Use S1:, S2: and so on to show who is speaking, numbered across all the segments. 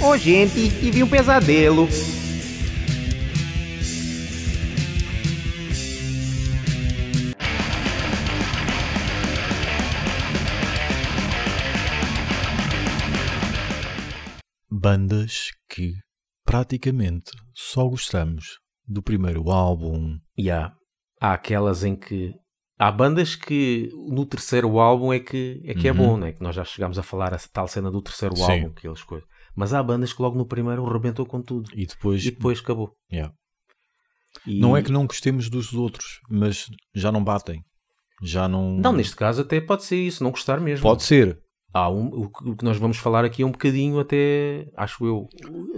S1: Ô gente, tive um pesadelo.
S2: bandas que praticamente só gostamos do primeiro álbum.
S1: E há, há aquelas em que. Há bandas que no terceiro álbum é que é, que é
S2: Uhum.
S1: bom, né? Que nós já chegámos a falar a tal cena do terceiro
S2: Sim.
S1: álbum, que eles coisas. Mas há bandas que logo no primeiro rebentou com tudo.
S2: E depois,
S1: E depois acabou.
S2: Yeah.
S1: E-
S2: não é que não gostemos dos outros, mas já não batem. Já não.
S1: Não, neste caso até pode ser isso, não gostar mesmo.
S2: Pode ser.
S1: Há um- o, que, o que nós vamos falar aqui é um bocadinho até, acho eu,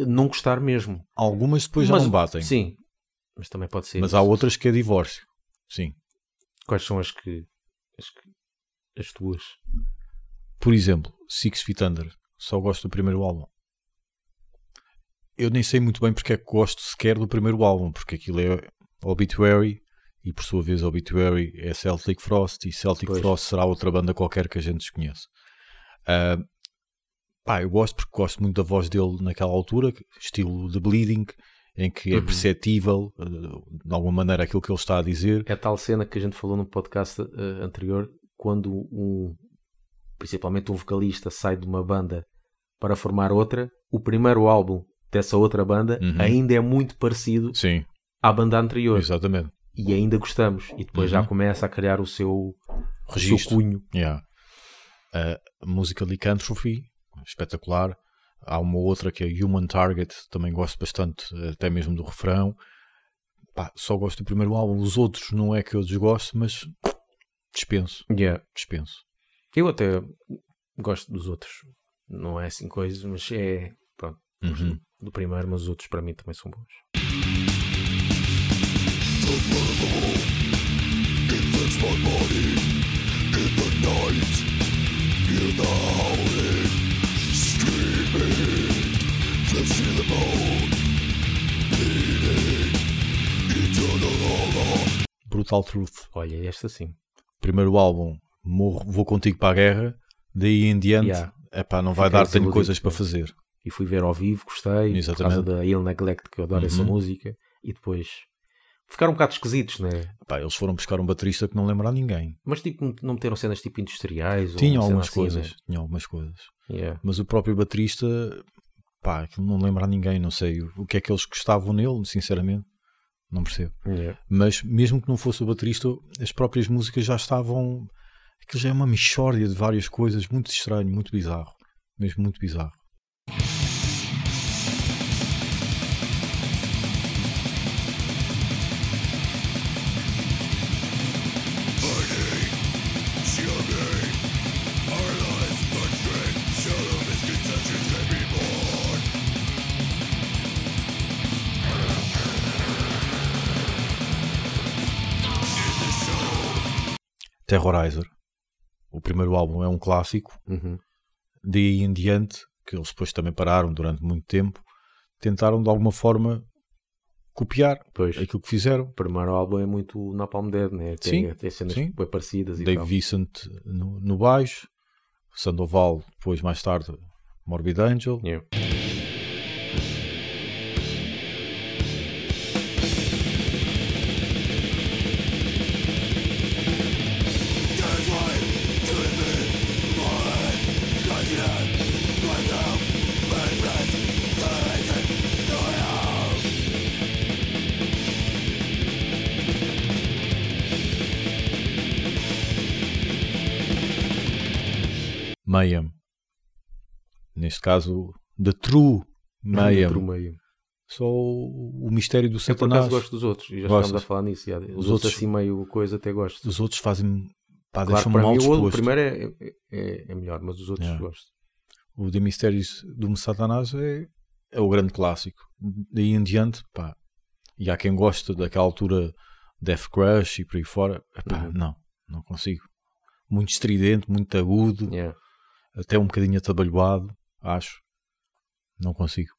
S1: não gostar mesmo.
S2: Algumas depois já
S1: Mas-
S2: não batem.
S1: Sim, mas também pode ser
S2: Mas
S1: isso.
S2: há outras que é divórcio. Sim.
S1: Quais são as que... As, que- as tuas?
S2: Por exemplo, Six Feet Under. Só gosto do primeiro álbum. Eu nem sei muito bem porque é que gosto sequer do primeiro álbum, porque aquilo é Obituary e por sua vez Obituary é Celtic Frost e Celtic
S1: Pois.
S2: Frost será outra banda qualquer que a gente desconheça. Ah, pá, eu gosto porque gosto muito da voz dele naquela altura, estilo The Bleeding, em que é
S1: Uhum.
S2: perceptível ah, de alguma maneira aquilo que ele está a dizer.
S1: É a tal cena que a gente falou no podcast eh, anterior, quando um, principalmente um vocalista sai de uma banda para formar outra, o primeiro álbum dessa outra banda
S2: Uhum.
S1: ainda é muito parecido
S2: Sim,
S1: à banda anterior
S2: exatamente.
S1: e ainda gostamos e depois
S2: Uhum.
S1: já começa a criar o seu, o seu
S2: Registro.
S1: cunho.
S2: Yeah. A música Lycanthropy, espetacular. Há uma outra que é Human Target, também gosto bastante, até mesmo do refrão. Pá, só gosto do primeiro álbum, os outros não é que eu desgosto, mas dispenso,
S1: Yeah.
S2: dispenso.
S1: Eu até gosto dos outros. Não é assim coisa, mas é. Pronto.
S2: Uhum.
S1: Do primeiro, mas os outros para mim também são bons.
S2: Brutal Truth,
S1: Olha, esta sim.
S2: primeiro álbum, morro, vou contigo para a guerra, daí em diante,
S1: Yeah.
S2: epá, não vai
S1: Fiquei
S2: dar, tenho
S1: desiludido,
S2: coisas para
S1: sim.
S2: fazer.
S1: E fui ver ao vivo, gostei. Por causa
S2: Exatamente.
S1: da Il Neglect, que eu adoro essa
S2: Uhum.
S1: música. E depois. Ficaram um bocado esquisitos, né?
S2: Pá, eles foram buscar um baterista que não lembra a ninguém.
S1: Mas tipo, não meteram cenas tipo industriais. ou
S2: Tinham
S1: uma cena
S2: algumas
S1: assim,
S2: coisas, tinham algumas coisas.
S1: né? Yeah.
S2: mas o próprio baterista, pá, aquilo não lembra a ninguém, não sei o o que é que eles gostavam nele, sinceramente, não percebo.
S1: Yeah.
S2: Mas mesmo que não fosse o baterista, as próprias músicas já estavam. Aquilo já é uma mixórdia de várias coisas, muito estranho, muito bizarro, mesmo muito bizarro. Terrorizer, o primeiro álbum é um clássico,
S1: Uhum.
S2: daí em diante, que eles depois também pararam durante muito tempo, tentaram de alguma forma copiar
S1: Pois.
S2: aquilo que fizeram.
S1: O primeiro álbum é muito Napalm Dead, né? Tem,
S2: Sim,
S1: tem cenas
S2: sim.
S1: bem parecidas e
S2: Dave
S1: tal.
S2: Vicent no, no baixo, Sandoval, depois mais tarde Morbid Angel,
S1: Yeah.
S2: Mayhem. Neste caso, The
S1: Uhum.
S2: True Mayhem.
S1: Outro meio.
S2: Só o, o mistério do
S1: Eu por acaso
S2: Satanás.
S1: gosto dos outros, e já
S2: Gostas?
S1: estamos a falar nisso. já. Os, outros,
S2: outros-
S1: assim meio coisa até gosto.
S2: Os outros fazem-me. Pá,
S1: Claro,
S2: deixam-me
S1: para
S2: mal
S1: mim o, o
S2: disposto.
S1: primeiro é, é, é melhor, mas os outros
S2: Yeah.
S1: gosto. é-
S2: O The Mistérios do Satanás é, é o grande clássico. Daí em diante, pá. E há quem gosta daquela altura Death Crush e por aí fora. Epá,
S1: Uhum.
S2: Não, não consigo. Muito estridente, muito agudo.
S1: Yeah.
S2: até um bocadinho atabalhoado, acho. Não consigo.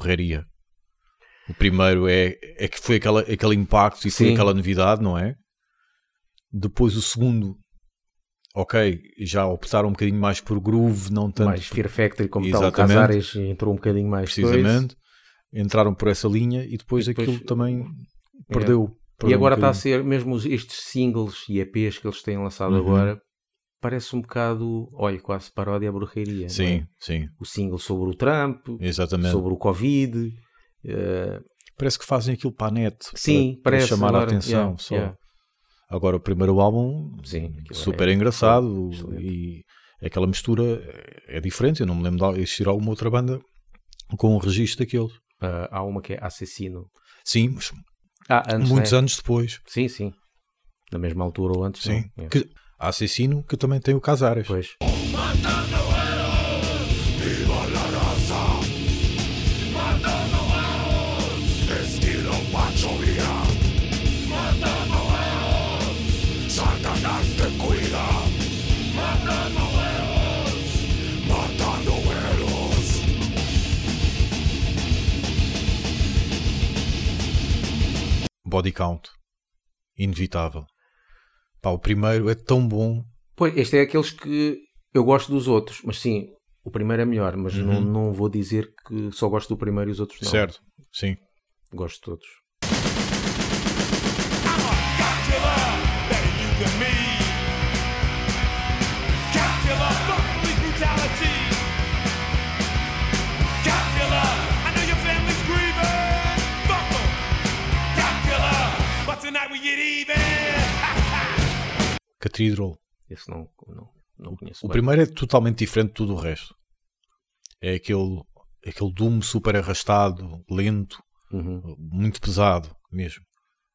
S2: Ferraria. O primeiro é, é que foi aquela, aquele impacto e foi
S1: Sim.
S2: aquela novidade, não é? Depois o segundo, ok, já optaram um bocadinho mais por groove, não tanto
S1: mais
S2: por-
S1: Fear Factory, como tal, o
S2: Exatamente.
S1: Casares entrou um bocadinho mais
S2: precisamente. Entraram por essa linha e depois,
S1: E depois-
S2: aquilo também
S1: É.
S2: perdeu.
S1: E
S2: perdeu um
S1: agora tá está a
S2: bocadinho.
S1: ser, mesmo os- estes singles e EPs que eles têm lançado
S2: Uhum.
S1: agora, parece um bocado, olha, quase paródia à bruxaria. não é?
S2: Sim, sim,
S1: O single sobre o Trump,
S2: exatamente.
S1: sobre o Covid. eh,
S2: Parece que fazem aquilo para a net. para-
S1: sim,
S2: para,
S1: parece.
S2: chamar a
S1: agora,
S2: atenção.
S1: yeah,
S2: só.
S1: yeah.
S2: Agora, o primeiro álbum, hum,
S1: Sim, aquilo
S2: super
S1: é-
S2: engraçado
S1: excelente.
S2: e aquela mistura é é diferente. Eu não me lembro de al- existir alguma outra banda com um registro daqueles.
S1: Ah, há uma que é Assassino.
S2: Sim, mas
S1: Ah, antes,
S2: muitos
S1: né?
S2: anos depois.
S1: Sim, sim. Na mesma altura ou antes.
S2: Sim,
S1: não. é? Yeah.
S2: que, assassino que também tem o Casares.
S1: Pois.
S2: Body Count, inevitável. Pá, o primeiro é tão bom.
S1: Pois, este é aqueles que eu gosto dos outros, mas sim, o primeiro é melhor, mas não, não vou dizer que só gosto do primeiro e os outros não.
S2: Uhum. Certo, sim.
S1: Gosto de todos.
S3: Tonight we get even.
S2: Cathedral.
S1: Esse não, não, não conheço.
S2: O
S1: bem.
S2: primeiro é totalmente diferente de tudo o resto. É aquele, aquele doom super arrastado, lento,
S1: Uhum.
S2: muito pesado mesmo.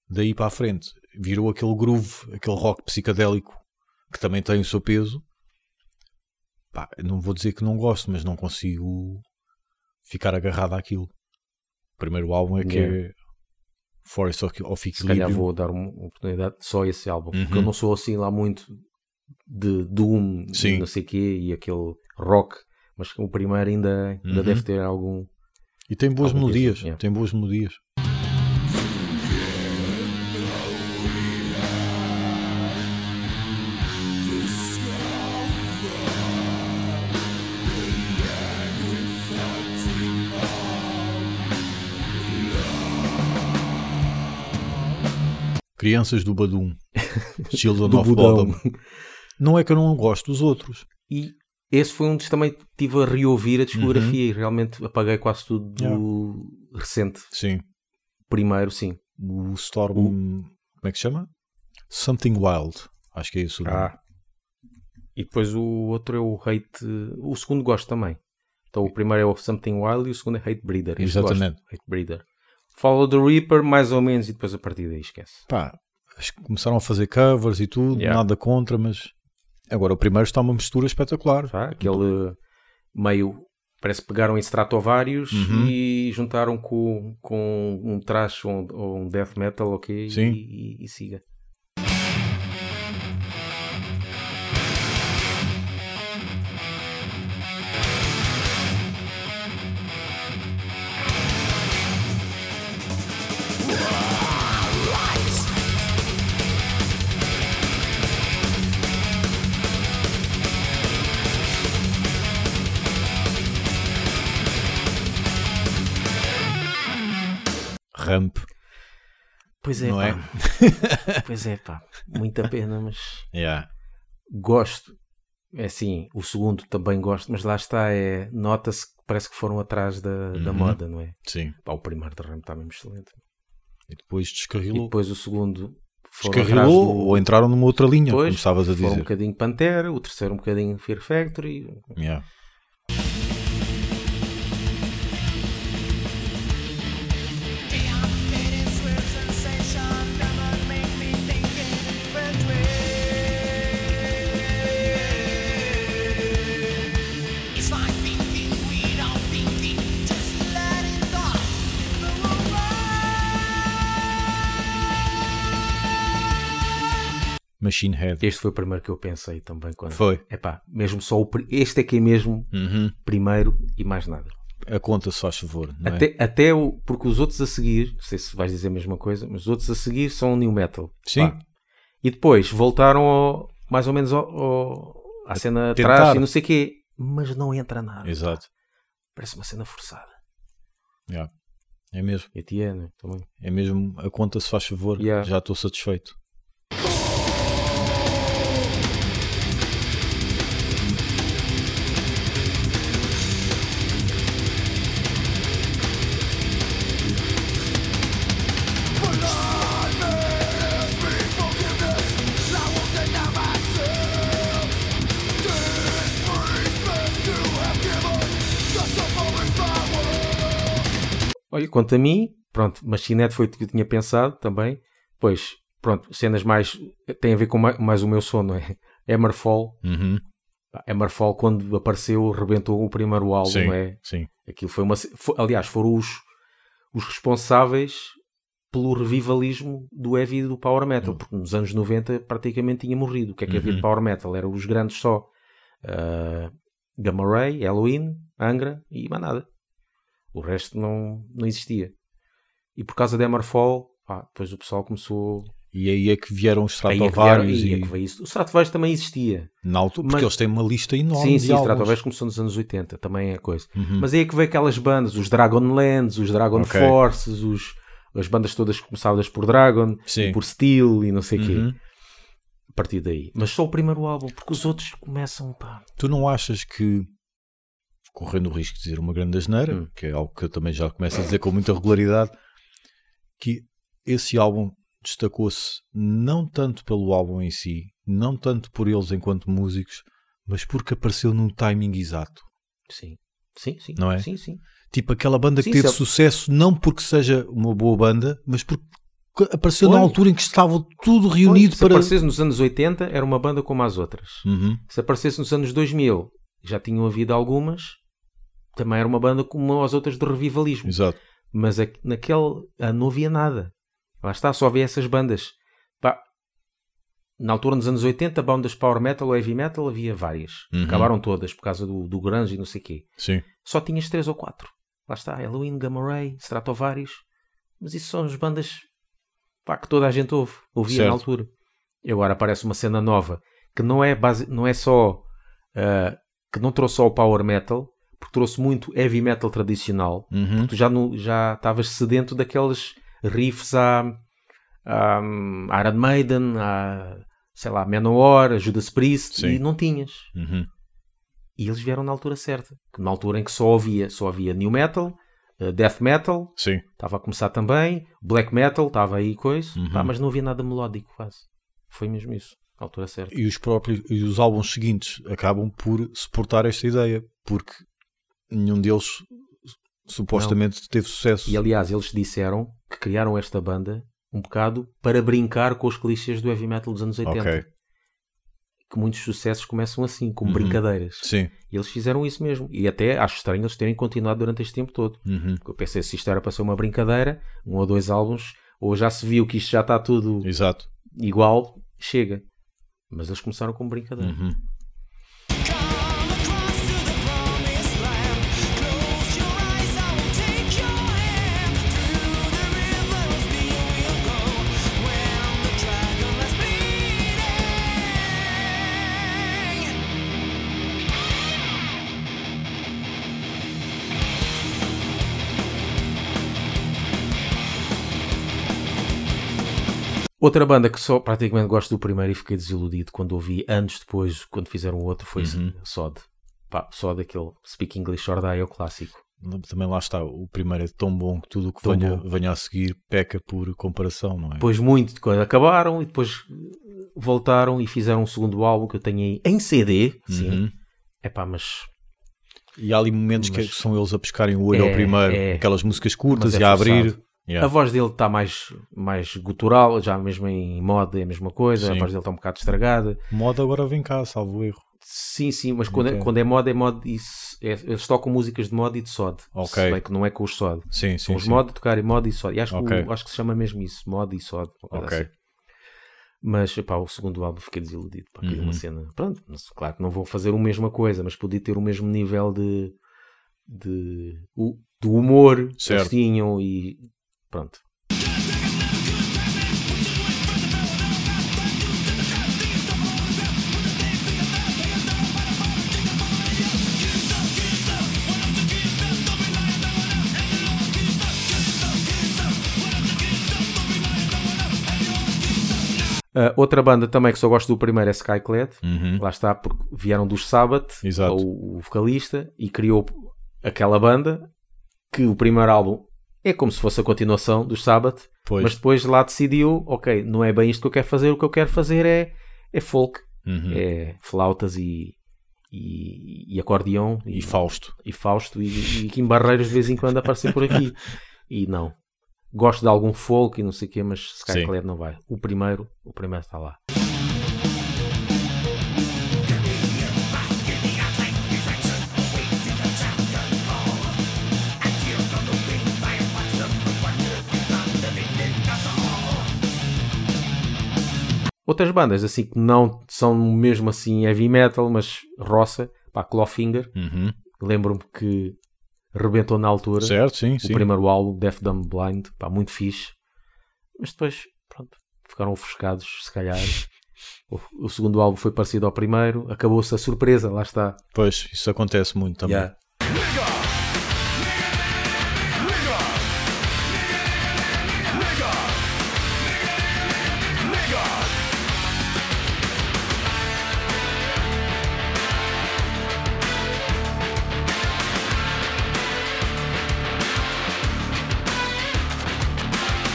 S2: Daí para a frente virou aquele groove, aquele rock psicadélico que também tem o seu peso. Pá, não vou dizer que não gosto, mas não consigo ficar agarrado àquilo. O primeiro álbum é que é Forest of of
S1: Se calhar
S2: Equilibrium.
S1: vou dar um, uma oportunidade só a esse álbum, porque
S2: Uhum.
S1: eu não sou assim lá muito de Doom, de
S2: Sim.
S1: não sei quê, e aquele rock, mas o primeiro ainda, ainda
S2: Uhum.
S1: deve ter algum.
S2: E tem boas
S1: Algum
S2: melodias,
S1: tipo, yeah.
S2: tem boas melodias. Crianças do Badum, Children
S1: Do
S2: of
S1: Budão.
S2: Bodom. Não é que eu não gosto dos outros.
S1: E esse foi um dos também que tive a reouvir a discografia
S2: Uhum.
S1: e realmente apaguei quase tudo do recente.
S2: Sim.
S1: Primeiro, sim.
S2: o Storm. Como é que se chama? Something Wild. Acho que é isso.
S1: Ah. E depois o outro é o Hate. O segundo gosto também. Então o primeiro é o Something Wild e o segundo é Hate Breeder. Este gosto,
S2: Exatamente.
S1: Hate Breeder. Follow the Reaper, mais ou menos, e depois a partir daí esquece.
S2: Pá, acho que começaram a fazer covers e tudo,
S1: Yeah.
S2: nada contra, mas. Agora, o primeiro está uma mistura espetacular.
S1: Tá? Aquele meio. Parece que pegaram em Stratovarius
S2: Uhum.
S1: e juntaram com, com um thrash ou um, ou um death metal, ok?
S2: Sim.
S1: E, e- e siga.
S2: Ramp.
S1: Pois é,
S2: Não
S1: pá.
S2: é?
S1: pois é, pá. Muita pena, mas
S2: Yeah.
S1: gosto. É assim, o segundo também gosto, mas lá está, é, nota-se que parece que foram atrás da, da
S2: Uhum.
S1: moda, não é?
S2: Sim.
S1: Pá, o primeiro de Rambo está mesmo excelente.
S2: E depois
S1: E
S2: descarrilou.
S1: depois o segundo foram atrás
S2: descarrilou
S1: do...
S2: ou entraram numa outra linha,
S1: Pois,
S2: como estavas a
S1: foram um
S2: dizer.
S1: bocadinho Pantera, o terceiro um bocadinho Fear Factory.
S2: Yeah.
S4: It's like thinking without thinking, just let it go. Move on.
S2: Machine Head.
S1: Este foi o primeiro que eu pensei também. Quando...
S2: Foi.
S1: Epá, mesmo só o... pri- Este é que é mesmo
S2: Uhum.
S1: primeiro e mais nada.
S2: a conta, se faz favor. Não é?
S1: Até, até o, porque os outros a seguir, não sei se vais dizer a mesma coisa, mas os outros a seguir são new metal.
S2: Sim,
S1: Pá. E depois voltaram ao- mais ou menos ao- ao- à cena
S2: tentar.
S1: atrás e não sei o quê. Mas não entra nada.
S2: exato.
S1: Parece uma cena forçada.
S2: Yeah. É mesmo,
S1: E a tia, né? Também.
S2: é mesmo a conta, se faz favor.
S1: Yeah.
S2: Já estou satisfeito.
S1: Olha, quanto a mim, pronto, Machinette foi o que eu tinha pensado também. Pois, pronto, cenas mais. tem a ver com mais, mais o meu sono, é? Hammerfall.
S2: Uhum.
S1: Pá, Hammerfall, quando apareceu, rebentou o primeiro álbum,
S2: Sim,
S1: é?
S2: sim.
S1: Aquilo foi uma. ce- fo- aliás, foram os, os responsáveis pelo revivalismo do heavy e do power metal, porque nos anos 90 praticamente tinha morrido. O que é que havia de
S2: Hum. Uhum.
S1: power metal? Eram os grandes só. Ah, Gamma Ray, Halloween, Angra e mais nada. O resto não, não existia. E por causa da Hammerfall, pá, depois o pessoal começou...
S2: E aí é que vieram os
S1: aí é que
S2: Stratovarius
S1: vieram- aí é
S2: e
S1: que veio isso. O Stratovarius também existia.
S2: na altura, porque
S1: Mas-
S2: eles têm uma lista enorme
S1: sim,
S2: de
S1: sim, o
S2: álbuns.
S1: Stratovarius começou nos anos 80, também é coisa.
S2: Uhum.
S1: Mas aí é que veio aquelas bandas, os Dragonlands, os Dragon
S2: Ok.
S1: Forces, os, as bandas todas começadas por Dragon,
S2: Sim.
S1: por Steel e não sei o
S2: Uhum.
S1: quê, a partir daí. Mas só o primeiro álbum, porque os outros começam, pá...
S2: Tu não achas que, correndo o risco de dizer uma grande asneira,
S1: Hum.
S2: que é algo que eu também já começo a dizer com muita regularidade, que esse álbum destacou-se não tanto pelo álbum em si, não tanto por eles enquanto músicos, mas porque apareceu num timing exato.
S1: Sim, sim, sim.
S2: Não é?
S1: Sim, sim.
S2: Tipo aquela banda que
S1: Sim,
S2: teve
S1: se-
S2: sucesso, não porque seja uma boa banda, mas porque apareceu na
S1: Foi.
S2: altura em que estava tudo
S1: Foi.
S2: reunido
S1: Se
S2: para.
S1: aparecesse nos anos 80, era uma banda como as outras.
S2: Uhum,
S1: Se aparecesse nos anos 2000, já tinham havido algumas, também era uma banda como as outras de revivalismo.
S2: Exato.
S1: Mas a- naquele ano não havia nada. Lá está, só havia essas bandas. Pá, na altura, nos anos 80, bandas power metal ou heavy metal havia várias.
S2: Uhum.
S1: Acabaram todas por causa do, do grunge e não sei o quê.
S2: Sim.
S1: Só tinhas três ou quatro. Lá está, Halloween, Gamma Ray, Stratovarius. Mas isso são as bandas pá, que toda a gente ouve, ouvia na
S2: Certo.
S1: altura. E agora aparece uma cena nova que não é, base, não é só. ah, que não trouxe só o power metal, porque trouxe muito heavy metal tradicional
S2: Uhum.
S1: tu já no- já estavas sedento daqueles riffs à, à, à Iron Maiden, à, sei lá, Manowar, a Judas Priest,
S2: Sim.
S1: e não tinhas.
S2: Uhum.
S1: E eles vieram na altura certa, que na altura em que só havia, só havia new metal, eh, death metal,
S2: Sim.
S1: estava a começar também, black metal, estava aí coisa,
S2: Uhum.
S1: pá, mas não havia nada melódico quase. Foi mesmo isso, na altura certa.
S2: e os próprios e os álbuns seguintes acabam por suportar esta ideia porque nenhum deles supostamente teve sucesso
S1: E aliás, eles disseram que criaram esta banda um bocado para brincar com os clichês do heavy metal dos anos 80.
S2: ok
S1: que muitos sucessos começam assim, como
S2: Uhum.
S1: brincadeiras.
S2: sim
S1: E eles fizeram isso mesmo. E até acho estranho eles terem continuado durante este tempo todo.
S2: Uhum.
S1: Porque eu pensei, se isto era para ser uma brincadeira, um ou dois álbuns, ou já se viu que isto já está tudo
S2: exato
S1: igual, chega. Mas eles começaram como brincadeira.
S2: Uhum.
S4: Come across to the promised land. Close your eyes, I will take your hand. Through the river of steel we'll go. When the dragon lies bleeding.
S1: Outra banda que só praticamente gosto do primeiro e fiquei desiludido quando ouvi anos depois, quando fizeram o outro, foi
S2: Uhum.
S1: Sod. Pá, só daquele Speak English or Die é o clássico.
S2: também lá está o primeiro é tão bom que tudo o que
S1: Tão
S2: venha,
S1: bom.
S2: venha a seguir peca por comparação não é
S1: Depois muito de coisa acabaram e depois eh, voltaram e fizeram um segundo álbum que eu tenho aí em CD. Sim.
S2: Uhum.
S1: É pá, mas.
S2: e há ali momentos que
S1: Mas-
S2: são eles a pescarem o olho
S1: É,
S2: ao primeiro
S1: é.
S2: aquelas músicas curtas
S1: Mas é
S2: e a abrir
S1: forçado. A
S2: Yeah.
S1: voz dele está mais, mais gutural, já mesmo em moda é a mesma coisa, a
S2: Sim.
S1: voz dele está um bocado estragada.
S2: moda agora vem cá salvo erro
S1: Sim, sim, mas quando,
S2: Ok.
S1: é, quando é moda, é moda e se- é- eles tocam músicas de moda e de sod.
S2: Ok.
S1: Se bem que não é com os sod.
S2: sim
S1: São
S2: sim,
S1: os
S2: sim.
S1: moda tocarem moda e sod. E acho,
S2: Ok.
S1: que, o- acho que se chama mesmo isso, moda e sod. uma coisa
S2: ok
S1: assim. Mas epá, o segundo álbum fiquei desiludido é para
S2: Uhum.
S1: uma cena. Pronto, mas claro que não vou fazer a mesma coisa, mas podia ter o mesmo nível de, de, o- do humor que eles
S2: Certo.
S1: tinham e pronto. Ah, outra banda também que só gosto do primeiro é Skyclad.
S2: Uhum.
S1: Lá está, porque vieram dos Sabbath,
S2: Exato.
S1: o, o vocalista, e criou aquela banda que o primeiro álbum é como se fosse a continuação dos Sabbath,
S2: Pois.
S1: mas depois lá decidiu, ok, não é bem isto que eu quero fazer, o que eu quero fazer é, é folk,
S2: Uhum.
S1: é flautas e, e, e acordeão e,
S2: E Fausto.
S1: e Fausto e, e Kim Barreiros de vez em quando aparecer por aqui. E não. Gosto de algum folk e não sei o quê, mas Skyclad não vai. O primeiro, o primeiro está lá. Outras bandas, assim, que não são mesmo assim heavy metal, mas roça, pá, Clawfinger,
S2: Uhum.
S1: lembro-me que rebentou na altura
S2: Certo, sim,
S1: o
S2: sim.
S1: primeiro álbum, Death Dumb Blind, pá, muito fixe. Mas depois, pronto, ficaram ofuscados, se calhar. O, o segundo álbum foi parecido ao primeiro, acabou-se a surpresa, lá está.
S2: Pois, isso acontece muito também.
S1: Yeah.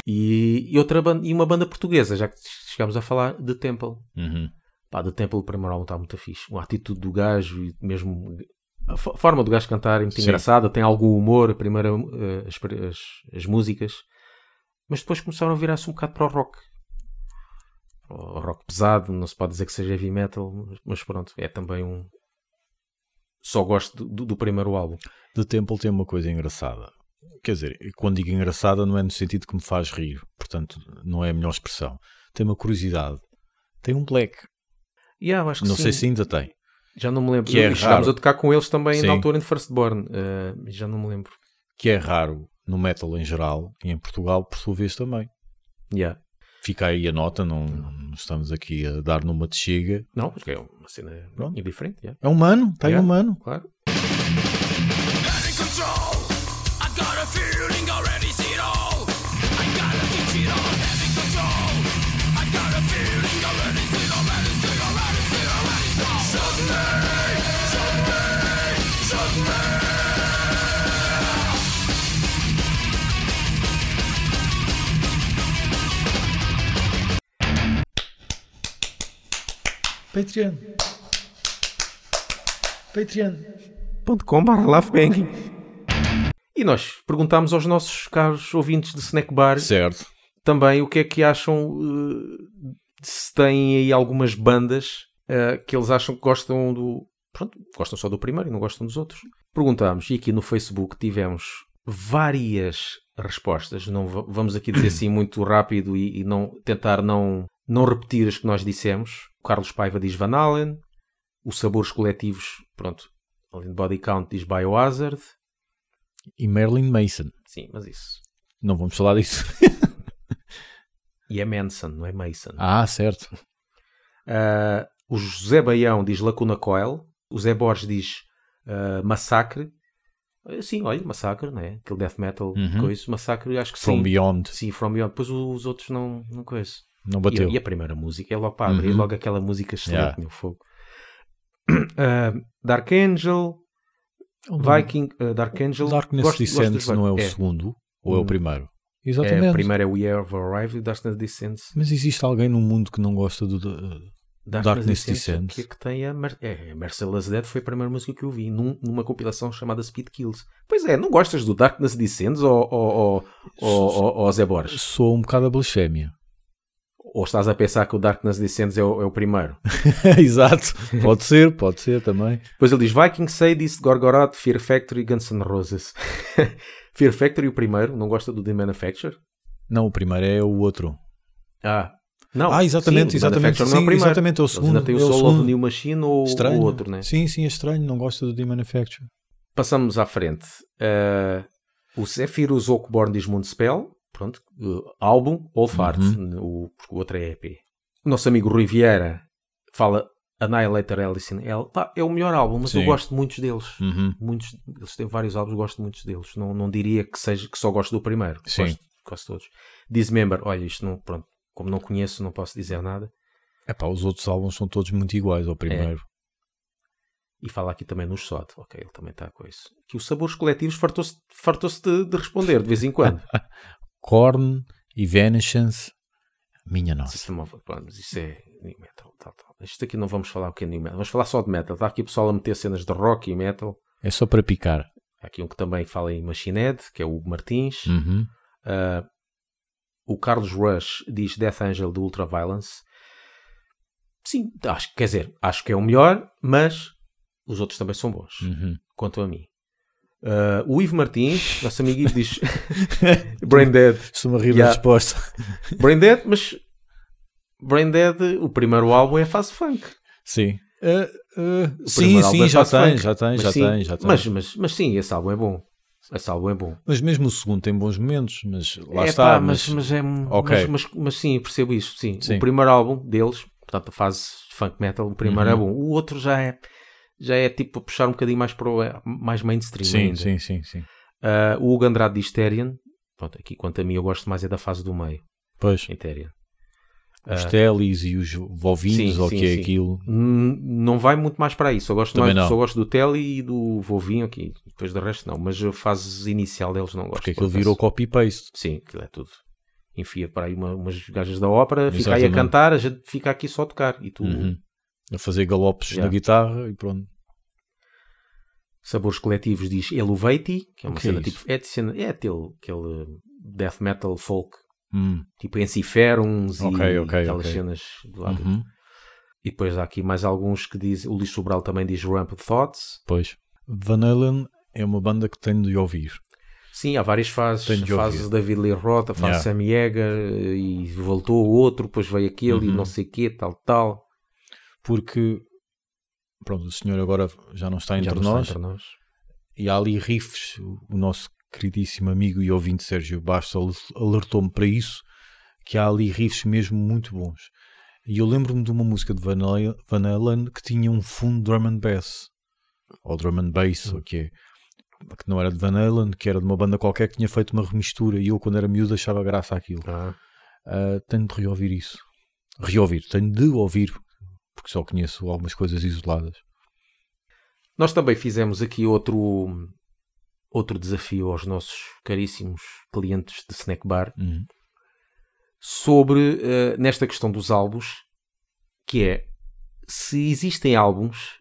S1: E, e outra banda, e uma banda portuguesa, já que chegámos a falar, The Temple.
S2: Uhum.
S1: Pá, The Temple, o primeiro álbum está muito fixe. A atitude do gajo e mesmo a fo- forma do gajo cantar é muito
S2: Sim.
S1: engraçada, tem algum humor, a primeira, eh, as, pre- as, as músicas. Mas depois começaram a virar-se um bocado para o rock. O rock pesado, não se pode dizer que seja heavy metal, mas- mas pronto, é também um... Só gosto do, do primeiro álbum.
S2: The Temple tem uma coisa engraçada. Quer dizer, e quando digo engraçada, não é no sentido que me faz rir, portanto, não é a melhor expressão. Tem uma curiosidade. Tem um black.
S1: E ah, acho que
S2: Não
S1: sim.
S2: sei se ainda tem.
S1: Já não me lembro.
S2: Que é
S1: E
S2: raro.
S1: chegámos a tocar com eles também
S2: Sim.
S1: na altura em Firstborn. eh, já não me lembro.
S2: Que é raro no metal em geral e em Portugal, por sua vez, também.
S1: Yeah.
S2: Fica aí a nota, não, não estamos aqui a dar numa bexiga.
S1: Não, porque é uma cena
S2: Pronto.
S1: diferente. Yeah.
S2: É humano, tem
S1: Yeah.
S2: humano.
S1: Claro.
S3: Not in control. I got a feeling already see it all. I gotta teach it all. Not in control. I got a feeling already see it all. Already see it all. Already see it all. Already see it all. Shoot me. Shoot me. Shoot me.
S5: Patreon. Patreon.
S1: .com barra laughbanging. E nós perguntámos aos nossos caros ouvintes de Snack Bar
S2: Certo.
S1: também o que é que acham eh, se têm aí algumas bandas eh, que eles acham que gostam do. Pronto, gostam só do primeiro e não gostam dos outros. Perguntámos e aqui no Facebook tivemos várias respostas. Não va- vamos aqui dizer assim muito rápido e, e não tentar não, não repetir as que nós dissemos. O Carlos Paiva diz Van Allen, os Sabores Coletivos, pronto, além de Body Count, diz Biohazard.
S2: E Marilyn Mason.
S1: Sim, mas isso.
S2: Não vamos falar disso.
S1: E é Manson, não é Mason.
S2: ah, certo.
S1: Ah, o José Baião diz Lacuna Coil. O Zé Borges diz ah, Massacre. Ah, Sim, olha, Massacre, né? Aquele death metal,
S2: Uhum.
S1: coisa. Massacre, acho que
S2: From
S1: sim.
S2: Beyond.
S1: Sim, From Beyond. Depois os outros não, não conheço.
S2: Não
S1: E,
S2: bateu.
S1: e a primeira música é logo para abrir,
S2: Uhum.
S1: logo aquela música excelente,
S2: Yeah.
S1: meu fogo. Ah, Dark Angel, Viking, ah, Dark Angel.
S2: Uhum. Darkness
S1: Gosto- gosto dos
S2: Descent não é o
S1: Viking.
S2: segundo ou é
S1: Hum.
S2: o primeiro?
S1: É,
S2: Exatamente.
S1: a primeira é We Have Arrived e Darkness Descent.
S2: Mas existe alguém no mundo que não gosta do. eh, do- Darkness Descent.
S1: o Que é que tem a Mer é, a Merciless Dead foi a primeira música que eu vi num- numa compilação chamada Speed Kills. Pois é, não gostas do Darkness Descent ou, ou, Zé Borges?
S2: Sou um bocado a blasfémia.
S1: Ou estás a pensar que o Darkness Descent é o, é o primeiro?
S2: Exato. Pode ser, pode ser também.
S1: Depois ele diz Viking Sadist, Gorgoroth, Fear Factory, Guns N' Roses. Fear Factory o primeiro, não gosta do The Manufacture?
S2: Não, o primeiro é o outro.
S1: Ah, não.
S2: Ah, exatamente,
S1: sim, o The
S2: exatamente,
S1: Manufacturer não é
S2: sim,
S1: o primeiro.
S2: exatamente, é o
S1: Eles
S2: segundo,
S1: Ainda tem o
S2: é o
S1: Soul of
S2: segundo.
S1: New Machine ou o
S2: Estranho.
S1: outro, né?
S2: Sim, sim, é estranho. Não gosta do The Manufacture.
S1: Passamos à frente. Eh, o Zephyrus Oakborn diz Moonspell, pronto, eh, álbum Wolf Art,
S2: Uhum.
S1: n- o, porque o outro é EP. O nosso amigo Rui Vieira fala Annihilator Alice in Hell. Pá, é o melhor álbum, mas eu
S2: Sim.
S1: gosto de muitos deles.
S2: Uhum.
S1: Muitos, eles têm vários álbuns, gosto de muitos deles. Não, não diria que, seja, que só gosto do primeiro.
S2: Sim.
S1: Gosto, gosto de todos. Diz Member, olha, isto não, pronto, como não conheço, não posso dizer nada.
S2: Epá, os outros álbuns são todos muito iguais
S1: É.
S2: ao primeiro.
S1: E fala aqui também nos SOD. Ok, ele também está com isso. Que os sabores coletivos fartou-se fartou de, de responder de vez em quando.
S2: Korn e Vengeance. Minha nossa.
S1: isso, é uma- pronto, mas isso é new metal. Tal, tal. Isto aqui não vamos falar o que é new metal. Vamos falar só de metal. Está aqui o pessoal a meter cenas de rock e metal.
S2: É só para picar.
S1: Há aqui um que também fala em Machine Head, que é o Hugo Martins.
S2: Uhum.
S1: O Carlos Rush diz Death Angel do Ultraviolence. Sim, acho, quer dizer, acho que é o melhor, mas os outros também são bons.
S2: Uhum.
S1: Quanto a mim. Ah, o Ivo Martins, nosso amigo Ivo, diz Brain Dead.
S2: Estou-me a rir
S1: Yeah.
S2: da resposta.
S1: Brain Dead, mas Brain Dead, o primeiro álbum é fase funk.
S2: sim.
S1: O
S2: Eh, sim,
S1: primeiro álbum
S2: sim,
S1: é
S2: já
S1: fase
S2: tem,
S1: funk.
S2: já tem,
S1: Mas
S2: já
S1: sim,
S2: tem, já tem.
S1: Mas, mas, mas sim, esse álbum é bom. Esse álbum é bom.
S2: Mas mesmo o segundo tem bons momentos, mas lá
S1: É
S2: está.
S1: pá,
S2: mas,
S1: mas, mas é um-
S2: Ok.
S1: mas, mas, mas sim, percebo isso. Sim.
S2: Sim.
S1: O primeiro álbum deles, portanto, a fase funk metal, o primeiro
S2: Uhum.
S1: é bom. O outro já é, já é tipo a puxar um bocadinho mais para o mais mainstream.
S2: Sim,
S1: ainda.
S2: sim, sim, sim.
S1: Ah, o Hugo Andrade diz Therian. Pronto, aqui quanto a mim eu gosto mais é da fase do meio,
S2: Pois,
S1: em Therian.
S2: os telis e os vovinos,
S1: Ah. sim,
S2: ou o
S1: sim,
S2: que é
S1: sim.
S2: aquilo.
S1: N- não vai muito mais para aí. Só gosto,
S2: Também
S1: mais,
S2: não.
S1: só gosto do Tele e do Vovinho aqui. Depois do resto, não. Mas a fase inicial deles não gosto.
S2: Porque aquilo
S1: por acaso.
S2: virou copy-paste.
S1: Sim, aquilo é tudo. Enfia para aí uma- umas gajas da ópera, fica aí a
S2: Exatamente.
S1: cantar, a gente fica aqui só a tocar. E tu,
S2: Uhum. A fazer galopes
S1: Yeah.
S2: da guitarra e pronto.
S1: Sabores Coletivos, diz Eluvati, que é uma
S2: O que é
S1: cena
S2: isso?
S1: tipo. É, de cena- é aquele, aquele death metal folk,
S2: Hum.
S1: tipo Enciferums
S2: Ok,
S1: e
S2: ok,
S1: aquelas
S2: ok.
S1: cenas do lado.
S2: Uhum.
S1: E depois há aqui mais alguns que dizem. O Luís Sobral também diz Rampant Thoughts.
S2: Pois. Van Halen é uma banda que tenho de ouvir.
S1: Sim, há várias fases.
S2: Tenho de
S1: A fase
S2: ouvir.
S1: David Lee Roth, a fase
S2: Yeah.
S1: Sammy Yeager, e voltou o outro, depois veio aquele, e
S2: Uhum.
S1: não sei quê, tal, tal.
S2: Porque, pronto, o senhor agora já não está entre
S1: não está
S2: nós.
S1: entre nós.
S2: E há ali riffs. O o nosso queridíssimo amigo e ouvinte Sérgio Bastos al- alertou-me para isso. Que há ali riffs mesmo muito bons. E eu lembro-me de uma música de Van Halen- Van Halen que tinha um fundo drum and bass. Ou drum and bass, ou o que é. Que não era de Van Halen, que era de uma banda qualquer que tinha feito uma remistura. E eu, quando era miúdo, achava graça àquilo.
S1: Ah,
S2: Ah, tenho de reouvir isso. Reouvir, tenho de ouvir, porque só conheço algumas coisas isoladas.
S1: Nós também fizemos aqui outro, outro desafio aos nossos caríssimos clientes de Snack Bar
S2: Uhum.
S1: sobre, eh, nesta questão dos álbuns, que é se existem álbuns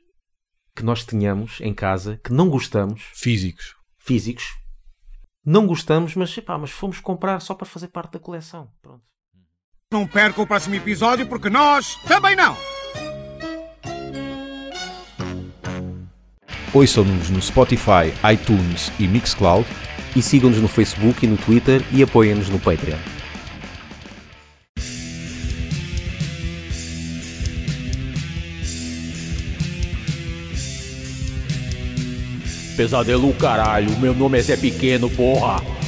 S1: que nós tenhamos em casa que não gostamos,
S2: Físicos.
S1: físicos, não gostamos, mas, epá, mas fomos comprar só para fazer parte da coleção. Pronto.
S5: Não perca o próximo episódio porque nós também não.
S6: Ouçam-nos no Spotify, iTunes e Mixcloud
S1: E sigam-nos no Facebook e no Twitter e apoiem-nos no Patreon.
S7: Pesadelo caralho, meu nome é Zé Pequeno, porra.